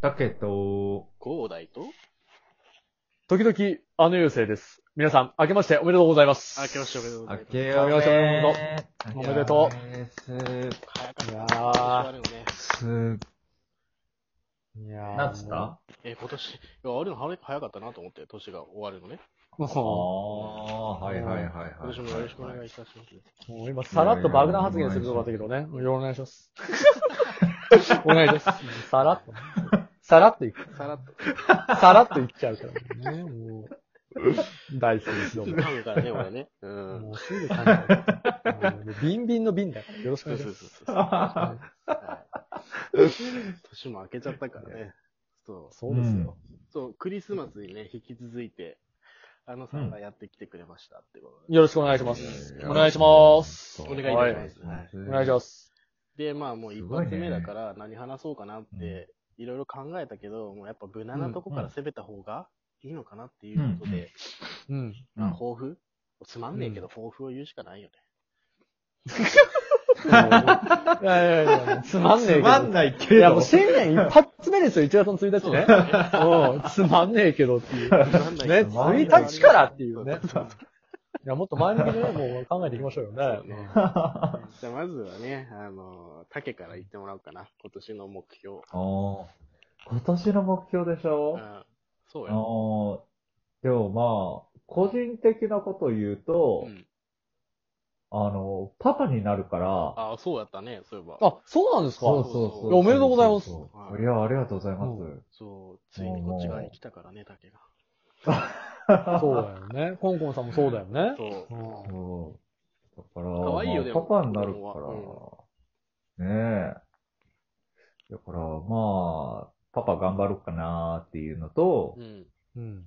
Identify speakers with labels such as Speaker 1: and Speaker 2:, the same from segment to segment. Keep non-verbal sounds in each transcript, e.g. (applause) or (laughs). Speaker 1: だけど、
Speaker 2: 五代と
Speaker 3: 時々、あの優勢です。皆さん、明けましておめでとうございます。
Speaker 2: あ、来ました、おめでとうご
Speaker 1: あ
Speaker 2: ざいます。
Speaker 1: け
Speaker 3: お
Speaker 1: おめで
Speaker 3: めでとうおめでとう
Speaker 1: うございま
Speaker 2: 早かった。
Speaker 3: いや
Speaker 2: 今年は
Speaker 3: ー
Speaker 2: でもね、
Speaker 1: す。す、
Speaker 3: いやー
Speaker 1: なんつった
Speaker 2: え、今年、いや、あれも早かったなと思って、年が終わるのね。
Speaker 1: あ
Speaker 3: も
Speaker 1: あ、はいはいはいはい。
Speaker 2: 今年もよろしくお願いいたします。
Speaker 3: う、もう今、さらっと爆弾発言するとこだったけどね。よろしくお願いします。お願いします。さらっとね。さらっといく。
Speaker 2: さらっと。
Speaker 3: さらっといっちゃうからね。もう、大好きですよ。
Speaker 2: 噛
Speaker 3: も
Speaker 2: むからね、俺ね。う
Speaker 3: う、
Speaker 2: ん。
Speaker 3: もうすぐ感じるもうビンビンの瓶だから。よろしくお
Speaker 2: そう
Speaker 3: 願いし
Speaker 2: そう
Speaker 3: ます。
Speaker 2: そうそう。はい年も明けちゃったからね。そう。
Speaker 3: そうですよ。
Speaker 2: そう、クリスマスにね、引き続いて、あのさんがやってきてくれましたってことで。
Speaker 3: よろしくお願いします。お願いします。
Speaker 1: お
Speaker 2: お願いいたします
Speaker 3: お願いし
Speaker 1: ま
Speaker 3: ます。
Speaker 2: で、まあもう一発目だから何話そうかなって、いろいろ考えたけど、もうやっぱ無難なとこから攻めた方がいいのかなっていうことで、
Speaker 3: うん。
Speaker 2: まあ抱負つまんねえけど抱負を言うしかないよね。
Speaker 3: (laughs) いやいやいや、つまんねえ
Speaker 1: す。
Speaker 3: けど。
Speaker 1: つまんないけ
Speaker 3: い
Speaker 1: ど。
Speaker 3: や、もう新年一発目ですよ、1月の1日ね。うん、つまんねえけどっていう。ね、
Speaker 2: なんだけど
Speaker 3: 1日からっていうね。
Speaker 2: (laughs)
Speaker 3: いや、もっと前向きにね、もう考えていきましょうよね。
Speaker 2: そうね (laughs) じゃあまずはね、あの、竹から言ってもらおうかな。今年の目標。
Speaker 1: おー今年の目標でし
Speaker 2: う
Speaker 1: ょ
Speaker 2: ん。そう
Speaker 1: あ
Speaker 2: や。
Speaker 1: ーでもまあ、個人的なことを言うと
Speaker 2: う、ん。
Speaker 1: あの、パパになるから、
Speaker 2: ああ、そうやったね、そういえば。
Speaker 3: あ、そうなんですか
Speaker 1: そうそうそう。
Speaker 2: いや
Speaker 3: おめでとうございます
Speaker 1: そうそうそういや、ありがとうございます。
Speaker 2: そう、ついにこっち側に来たからね、竹が。
Speaker 3: そうだよね。コンコンさんもそうだよね。
Speaker 2: そうう。
Speaker 3: ん
Speaker 1: そう。だから、
Speaker 2: 可愛いよで
Speaker 1: まあ
Speaker 2: も
Speaker 1: パパになるか
Speaker 2: 子供
Speaker 1: ら、ねえ。だから、まあ、パパ頑張ろうかなっていうのと、
Speaker 2: うん。
Speaker 3: うん。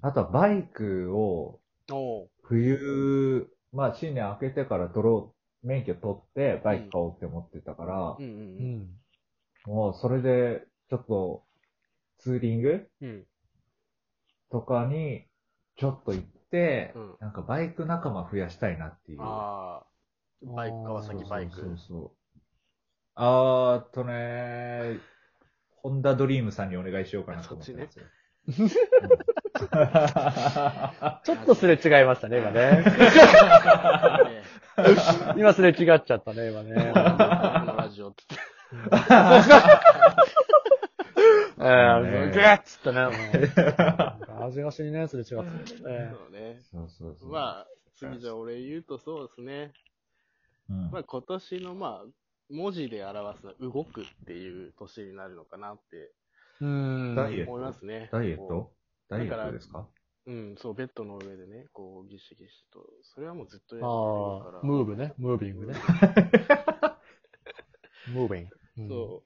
Speaker 1: あとはバイクを
Speaker 2: おう。
Speaker 1: 冬、まあ新年明けてからドロー、免許取ってバイク買おうって思ってたから、
Speaker 2: うんう
Speaker 3: うんん。
Speaker 1: もうそれで、ちょっと、ツーリング
Speaker 2: うん。うん。
Speaker 1: とかに、ちょっと行って、
Speaker 2: うん
Speaker 1: なんかバイク仲間増やしたいなっていう。
Speaker 2: ああ、バイク、川崎バイク。
Speaker 1: そうそうそうそう。あーっとねー、ホンダドリームさんにお願いしようかなと思ってますよ。
Speaker 3: ちょっとすれ違いましたね、今 (laughs) ね。
Speaker 2: ね
Speaker 3: 今すれ違っちゃったね、今 (laughs) ね。
Speaker 2: あのラジオって。
Speaker 3: えー、
Speaker 1: ね
Speaker 3: グッつってね、もう。味がしにね、すれ違って。 (laughs) え
Speaker 2: そうね。
Speaker 1: そうそうそう。あ、
Speaker 2: まあ、次じゃあ俺言うとそうですね。
Speaker 1: うん
Speaker 2: まあ今年のまあ、文字で表す動くっていう年になるのかなって
Speaker 3: えうん。
Speaker 1: ダイエット
Speaker 2: 思いますね。
Speaker 1: ダイエッ
Speaker 2: こ
Speaker 1: トダイエ
Speaker 2: だか
Speaker 1: ッ
Speaker 2: ら
Speaker 1: トですか
Speaker 2: ううん、そう、ベッドの上でね、こう、ぎしぎしと。それはもうずっとやってるか
Speaker 3: ああ
Speaker 2: ら。、
Speaker 3: ムーブね、ムービングね。 (laughs) ムービング。
Speaker 2: そ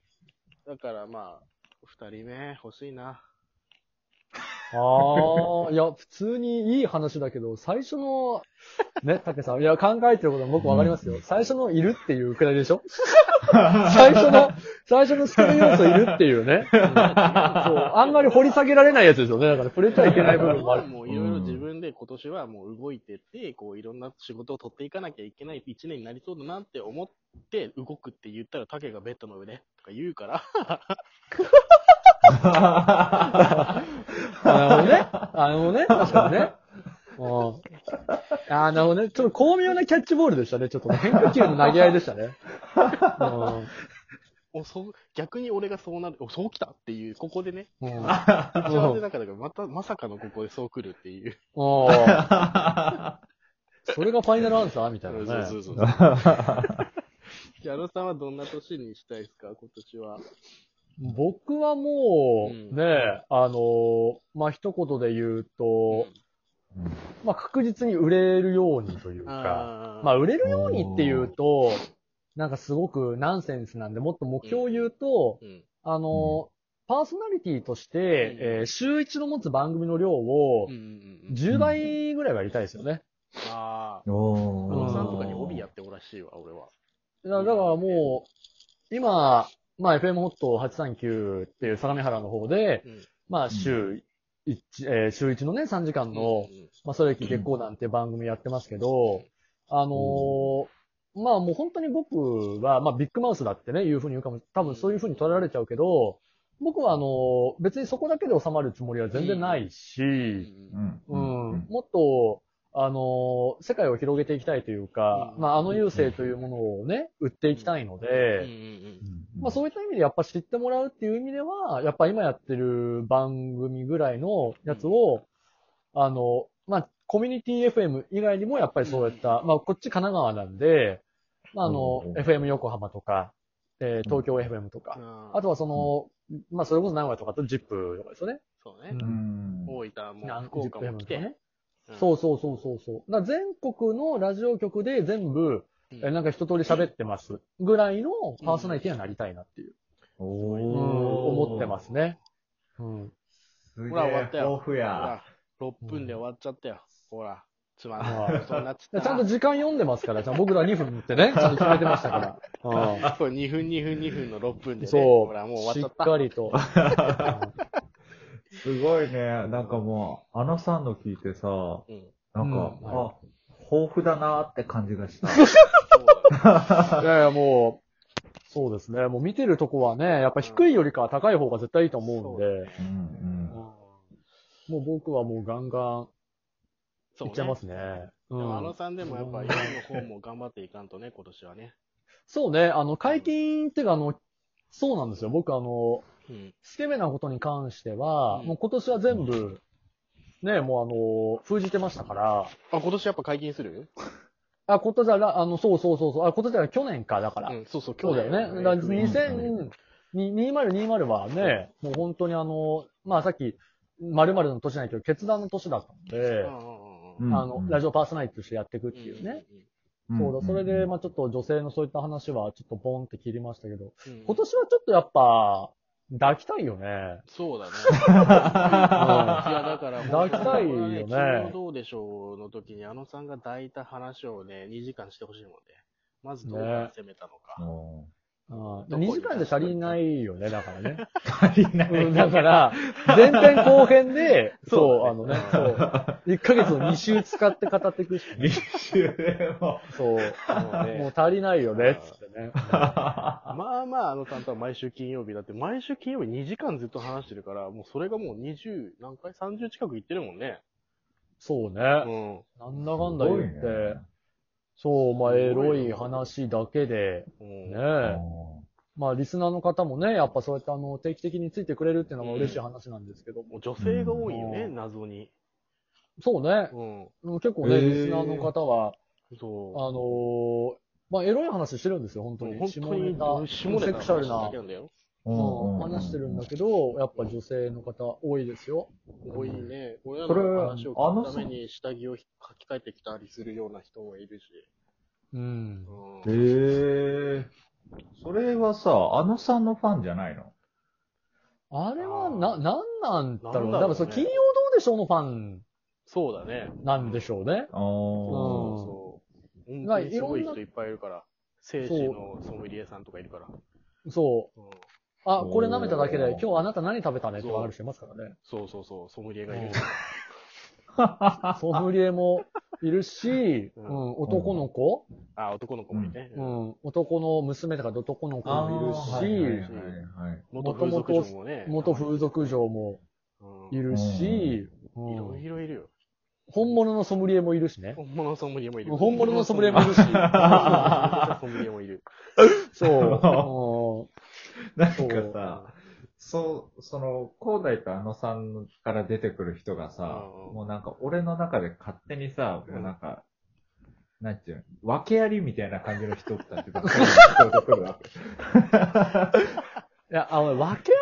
Speaker 2: う。だからまあ、二人目欲しいな。
Speaker 3: うん。ああ、いや、普通にいい話だけど、最初の、 (laughs) ね、たけさん、いや、考えてることは僕わかりますよ。最初のいるっていうくらいで (laughs) しょ最初の、最初のスキル要素いるっていう (laughs) ね。うんそう。あんまり掘り下げられないやつですよね。だから触れちゃいけない部分もある。
Speaker 2: もういろいろ自分で今年はもう動いてって、こういろんな仕事を取っていかなきゃいけない一年になりそうだなって思って、動くって言ったら、竹がベッドの上でとか言うから、 (laughs)
Speaker 3: あのね。あのね。確かにね。うん。あのね、ちょっと巧妙なキャッチボールでしたね。ちょっと変化球の投げ合いでしたね。
Speaker 2: おそう逆に俺がそうなる、おそう来たっていう、ここでね、
Speaker 3: うん。うん。
Speaker 2: 打 (laughs) ち合わせだからまた、まさかのここでそう来るっていう。
Speaker 3: おーそれがファイナルアンサーみたいな
Speaker 2: そう
Speaker 3: ね。
Speaker 2: そうそうそう。じゃあ、野さんはどんな年にしたいですか、今年は。
Speaker 3: 僕はもう、
Speaker 2: うん
Speaker 3: ねえ、あのーまあ、一言で言うと、
Speaker 1: うん
Speaker 3: まあ、確実に売れるようにという
Speaker 2: あ
Speaker 3: か、
Speaker 2: ー
Speaker 3: まあ、売れるようにっていうと、なんかすごくナンセンスなんで、もっと目標を言うと、
Speaker 2: うん
Speaker 3: あのーパーソナリティとして、えー週一の持つ番組の量を
Speaker 2: うんう、んうん。
Speaker 3: 10倍ぐらいはやりたいですよね。
Speaker 2: あ
Speaker 1: お
Speaker 2: あ、野
Speaker 3: う
Speaker 1: ー。
Speaker 2: さんとかに帯やってほらしいわ、俺は。
Speaker 3: だだからもう、今、まあ、FM ホット839っていう相模原の方で、
Speaker 2: うん
Speaker 3: まあ、週一、えー週一のね、3時間の、
Speaker 2: うんうん
Speaker 3: まあ、それ月光なんて番組やってますけど、あのーまあもう本当に僕は、まあビッグマウスだってね、いうふうに言うかも、多分そういうふうに取られちゃうけど、僕はあの、別にそこだけで収まるつもりは全然ないし、
Speaker 1: うん。
Speaker 3: うんもっと、あの、世界を広げていきたいというか、
Speaker 2: うん
Speaker 3: まあ、あの郵政というものをね、売っていきたいので、まあそう
Speaker 1: いう
Speaker 3: いった意味でやっぱ知ってもらうっていう意味では、やっぱ今やってる番組ぐらいのやつを、あの、まあコミュニティ FM 以外にもやっぱりそういった、まあこっち神奈川なんで、まああの
Speaker 1: うん、
Speaker 3: FM 横浜とか、えー東京 FM とか、あ
Speaker 2: あと、
Speaker 3: とはその、まあそれこそ名古屋とかと ZIP とかですよね。
Speaker 2: そう
Speaker 3: う
Speaker 2: ね
Speaker 1: ん。
Speaker 3: ん。
Speaker 2: 大分も
Speaker 3: な
Speaker 2: 福岡も来
Speaker 3: ZIP と
Speaker 2: て。
Speaker 3: ね。そううそうそうそうそう。だから全国のラジオ局で全部、
Speaker 2: ん。
Speaker 3: えなんか一通り喋ってますぐらいのパーソナリティにはなりたいなっていう、
Speaker 1: おー
Speaker 3: うん、思ってますね。うん。
Speaker 1: すげえ
Speaker 2: ほら終わったよ
Speaker 1: 豊富
Speaker 2: ほ
Speaker 1: や。
Speaker 2: ら、6分で終わっちゃったよ。ほら、つまん
Speaker 3: ほ
Speaker 2: な
Speaker 3: ら
Speaker 2: い。そうなっち
Speaker 3: い
Speaker 2: ゃっ
Speaker 3: や
Speaker 2: た。
Speaker 3: ちゃんと時間読んでますから、ちゃん僕ら2分ってね、ちゃんと決めてましたから。う
Speaker 2: そう、2分、2分、2分の6分で
Speaker 3: ん、
Speaker 2: ね。
Speaker 3: そう。
Speaker 2: ほら、もう終わっちゃっ。
Speaker 3: しったかりと。
Speaker 1: すごいね。なんかもう、あのさんの聞いてさ、
Speaker 2: うん。
Speaker 1: なんか、
Speaker 3: うん
Speaker 1: あ、豊富だなーって感じが
Speaker 3: (laughs)
Speaker 1: した。
Speaker 2: そうだよ
Speaker 3: いやいや、もう、そうですね。もう見てるとこはね、やっぱ低いよりかは高い方が絶対いいと思うんで、
Speaker 1: うん
Speaker 3: うんもう僕はもうガンガン
Speaker 2: そう
Speaker 3: いっちゃいますね。う
Speaker 2: でも、あ
Speaker 3: ん
Speaker 2: のさんでもやっぱ、今の方も頑張っていかんとね、今年はね。
Speaker 3: そうね、あの、解禁っていうか、あの、そうなんですよ。僕あの、
Speaker 2: うん。
Speaker 3: スケベなことに関しては、
Speaker 2: うん
Speaker 3: もう今年は全部、ね、もうあの、封じてましたから、
Speaker 2: あ、今年やっぱ解禁する
Speaker 3: あ、今年はら、あの、そうそうそうそう。あ、今年は去年か、だから。
Speaker 2: うん、そうそう、
Speaker 3: そうだよね。だから
Speaker 1: うん
Speaker 3: 2000、2020はね、もう本当にあの、まあさっき、〇〇の年じゃないけど、決断の年だったので、
Speaker 1: う
Speaker 2: うん
Speaker 3: あの、ラジオパーソナリティとしてやっていくっていうね。。そうだ、それで、まあちょっと女性のそういった話はちょっとボンって切りましたけど、
Speaker 2: うんうんうんうん
Speaker 3: 今年はちょっとやっぱ、抱きたいよね。
Speaker 2: そうだね。いや、だから、
Speaker 3: 抱きたいよね
Speaker 2: 昨日どうでしょうの時に、あのさんが抱いた話をね、2時間してほしいもんね。まずどうから攻めたのか。
Speaker 1: も
Speaker 3: うん、
Speaker 2: どこに
Speaker 3: 2時間で足りないよね、だからね。
Speaker 1: う足りない。
Speaker 3: うん、だから、前編後編で、そう、あ
Speaker 2: (laughs) そ
Speaker 3: の
Speaker 2: うだ
Speaker 3: ね
Speaker 2: ね、
Speaker 3: そう。1ヶ月を2週使って語っていくし、
Speaker 2: (laughs)
Speaker 1: 練習でも。
Speaker 3: そう。
Speaker 2: もうね
Speaker 3: もう足りないよね、つってね。
Speaker 2: (laughs) まあまあ、あのさんとは毎週金曜日だって、毎週金曜日2時間ずっと話してるから、もうそれがもう20、何回 ?30 近くいってるもんね。
Speaker 3: そうね。
Speaker 2: うん。
Speaker 3: なんだかんだ言っ
Speaker 1: すごい
Speaker 3: て
Speaker 1: ね、
Speaker 3: そう、まあ、エ
Speaker 2: すご
Speaker 3: ロ
Speaker 2: いない
Speaker 3: 話だけで、
Speaker 2: うん
Speaker 1: う
Speaker 3: ね。
Speaker 1: ん
Speaker 3: まあ、リスナーの方もね、やっぱそうやって、あの、定期的についてくれるっていうのが嬉しい話なんですけども。
Speaker 2: もう女性が多いよね、
Speaker 3: うん
Speaker 2: 謎に。
Speaker 3: そうね。
Speaker 2: うん。
Speaker 3: うん結構ね、
Speaker 1: へー
Speaker 3: リスナーの方は、
Speaker 2: そう。
Speaker 3: あのーまあ、エロい話してるんですよ、本当
Speaker 2: もう
Speaker 3: に。
Speaker 2: 本当に、
Speaker 3: 下ネタ、セクシャルな
Speaker 2: 話なんだよ
Speaker 1: うんうん
Speaker 3: 話してるんだけど、やっぱ女性の方多いですよ。
Speaker 2: 多いね。俺ら
Speaker 1: それ
Speaker 2: の話を聞くため
Speaker 1: あの
Speaker 2: に下着を書き換えてきたりするような人もいるし。
Speaker 3: うん
Speaker 2: う。ん
Speaker 1: へえ。それはさ、あのさんのファンじゃないの
Speaker 3: あれはな、なんなんだろ
Speaker 2: なん
Speaker 3: う
Speaker 2: だろう
Speaker 3: ね。
Speaker 2: ね
Speaker 3: 多分その金曜どうでしょうのファン
Speaker 2: そうだね。
Speaker 3: なんでしょうね。
Speaker 1: あ
Speaker 3: う
Speaker 1: ー
Speaker 3: ん
Speaker 2: そうそう。本当にすごい人いっぱいいるから。精子のソムリエさんとかいるから。
Speaker 3: そう。
Speaker 2: うん
Speaker 3: あ、
Speaker 1: おー
Speaker 3: これ舐めただけで、今日あなた何食べたねとかある人いますからね。
Speaker 2: そうそうそう、ソムリエがいる。
Speaker 3: ソムリエもいるし、
Speaker 2: う
Speaker 3: う
Speaker 2: ん
Speaker 3: ん、男の子、
Speaker 2: あ、男の子もいて。う
Speaker 3: う
Speaker 2: ん
Speaker 3: ん、男の娘とか男の子
Speaker 1: あー
Speaker 3: も
Speaker 1: はいいはい
Speaker 3: る
Speaker 1: はいは
Speaker 3: し、
Speaker 1: い
Speaker 2: 元風俗嬢もね。
Speaker 3: 元風俗嬢も
Speaker 2: うん
Speaker 3: いるし、
Speaker 2: いろ
Speaker 3: うん
Speaker 2: いろいるよ。
Speaker 3: 本物のソムリエもいるしね。
Speaker 2: 本物のソムリエもいる。
Speaker 3: 本物のソムリエもいるし。
Speaker 2: ソムリエもい
Speaker 3: (laughs)
Speaker 2: る。
Speaker 3: そう。うん
Speaker 1: なんかさ、そう、その、広大とあのさんから出てくる人がさ、
Speaker 2: うん
Speaker 1: もうなんか俺の中で勝手にさ、もうなんか、なんていうの、訳ありみたいな感じの人たちが聞こえてくるわけ。
Speaker 3: いや、あの、訳あ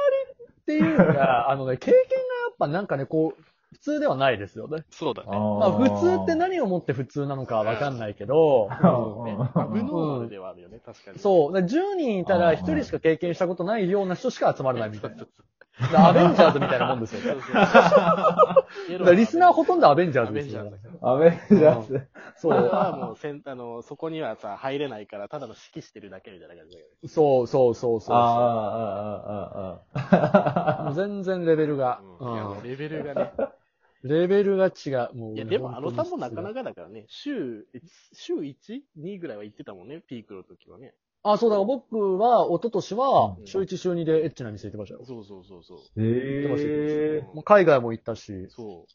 Speaker 3: りっていうの
Speaker 2: (laughs)
Speaker 3: が、あのね、経験がやっぱなんかね、こう、普通ではないですよね。
Speaker 2: そうだね。
Speaker 3: ま (laughs) あ、普通って
Speaker 1: 何
Speaker 3: 何をもって普通なのかはわかんないけど、
Speaker 1: (laughs)
Speaker 2: 無能ではあるよね、確かに。
Speaker 3: そう、だから10人いたら1人しか経験したことないような人しか集まらないみた
Speaker 2: (laughs)
Speaker 3: いな。だからアベンジャーズみたいなもんですよ。だから (laughs) リスナーほとんどアベンジャーズですよ。
Speaker 1: アベンジャーズ。
Speaker 3: そ
Speaker 2: それは
Speaker 3: う、
Speaker 2: もうせん、あの、そこにはさ、入れないから、ただの指揮してるだけみたいな感じだよね。
Speaker 3: そうそうそう
Speaker 1: ああ、
Speaker 3: そう。
Speaker 1: ああ、ああ、あ
Speaker 3: もう全然レベルが、
Speaker 2: うん。いや、もうレベルがね。
Speaker 3: うんレベルが違う。もう
Speaker 2: いや、でも、あのさんもなかなかだからね、週、週 1?2 ぐらいは行ってたもんね、ピークの時はね。
Speaker 3: あ、そうだ、僕は、一昨年は
Speaker 2: う、ん
Speaker 3: 週1、週2でエッチな店行ってましたよ。
Speaker 2: そうそうそうそう。
Speaker 1: へえ
Speaker 3: もう海外も行ったし、
Speaker 2: そ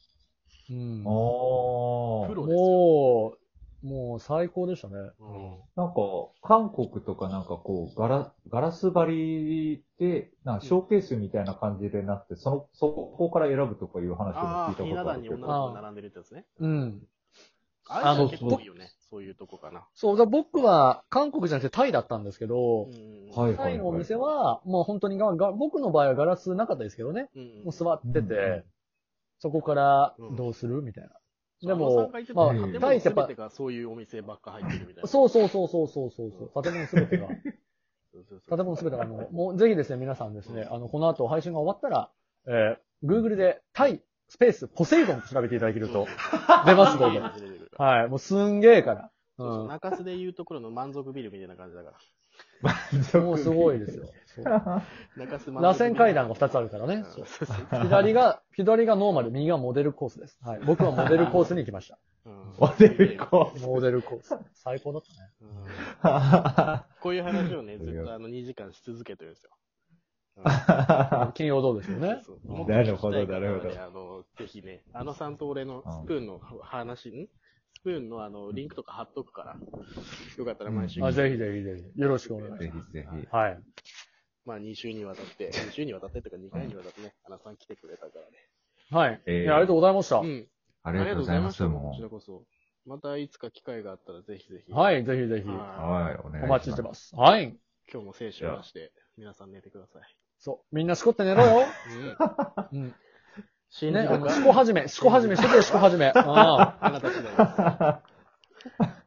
Speaker 3: う
Speaker 1: ー。。
Speaker 3: ん
Speaker 1: あ
Speaker 2: プ
Speaker 1: あ。
Speaker 2: ロですよ。
Speaker 3: もう、もう最高でしたね。
Speaker 2: うん
Speaker 1: なんか、韓国とかなんかこう、ガラ、ガラス張りで、なんかショーケースみたいな感じでなって、その、そこから選ぶとかいう話も聞
Speaker 2: あ
Speaker 1: い
Speaker 2: あ、
Speaker 1: た
Speaker 2: ひ
Speaker 1: こ
Speaker 2: な
Speaker 1: とあ
Speaker 2: 壇
Speaker 1: るけ
Speaker 2: に女
Speaker 1: ど。
Speaker 2: の子が並んでるってやつね。
Speaker 3: うん。
Speaker 2: ああいうの結
Speaker 1: あの
Speaker 2: 構いいよね。そういうとこかな。
Speaker 3: そう、だ僕は、韓国じゃなくてタイだったんですけど、
Speaker 2: うん
Speaker 1: はい
Speaker 3: タイのお店は、もう本当にがが、僕の場合はガラスなかったですけどね。
Speaker 2: うん
Speaker 3: もう座ってて、
Speaker 1: (laughs) うん
Speaker 3: そこから
Speaker 2: うん
Speaker 3: どうするみたいな。
Speaker 2: で
Speaker 3: で
Speaker 2: も
Speaker 3: も、
Speaker 1: ま
Speaker 2: まあ、
Speaker 1: あ
Speaker 2: 建
Speaker 3: タ
Speaker 2: 物
Speaker 3: イって
Speaker 2: 全
Speaker 3: やっぱ
Speaker 2: てがそういうお店ばっか入ってるみたいな。
Speaker 3: そうそうそうそうそうそうそう。建物すべてが。
Speaker 2: そうそうそう
Speaker 3: 建物すべてが、あの、もうぜひですね、皆さんですね、あの、この後配信が終わったら、えー、Google でタイ、スペース、ポセイドンと調べていただけると、出ますので。
Speaker 2: いい店出てくるから
Speaker 3: はい、もうすんげえから。う。
Speaker 2: そうそうん中洲でいうところの満足ビルみたいな感じだから。
Speaker 3: もうすごいです (laughs) よ。そう
Speaker 2: 中洲満
Speaker 3: 螺
Speaker 2: 足ビル
Speaker 3: 旋階段が2つあるからね。
Speaker 2: うん
Speaker 3: そう左が、左がノーマル、右がモデルコースです。はい。僕はモデルコースに行きました。
Speaker 2: うん
Speaker 1: モデル (laughs) コー
Speaker 3: モデルコース。最高だったね。
Speaker 2: うん
Speaker 1: は
Speaker 2: こういう話をね、ずっとあの2時間し続けてるんですよ。
Speaker 3: 金曜どうでしょうね。
Speaker 2: そう
Speaker 1: うんなるほどなるほど。
Speaker 2: もっと聞きたい方はねあの、ぜひね、あのさんと俺のスプーンの話、んスプーンのあの、リンクとか貼っとくから、よかったら毎週、
Speaker 1: うん
Speaker 3: あ、ぜひぜひぜひ。よろしくお願いし
Speaker 1: い
Speaker 3: ま
Speaker 1: ぜ
Speaker 3: す。
Speaker 1: ひぜひ。
Speaker 3: はい。
Speaker 2: まあ2週にわたって、2週にわたってとか2回にわたってね、あのさん来てくれたからね。
Speaker 3: はい。
Speaker 1: えー
Speaker 3: いやありがとうございました。
Speaker 2: うん。
Speaker 1: ありがとうございます、
Speaker 2: こ
Speaker 1: も
Speaker 2: ちらこそ。またいつか機会があったらぜひぜひ。。
Speaker 3: はいい、ぜひぜひ。
Speaker 1: う。
Speaker 2: は
Speaker 1: はい、お願いします。
Speaker 3: お待ちしてます。はい。
Speaker 2: い。今日も精子を出して、皆さん寝てください。
Speaker 3: そう。みんなしこって寝ろよ。
Speaker 1: (laughs)
Speaker 2: うん。
Speaker 3: うん。
Speaker 2: 心
Speaker 3: ね、
Speaker 2: 理
Speaker 3: あ
Speaker 2: 学
Speaker 3: のしこ始め、しこ始め、してくれ、しこ始め。ああ。
Speaker 2: あなた次第です。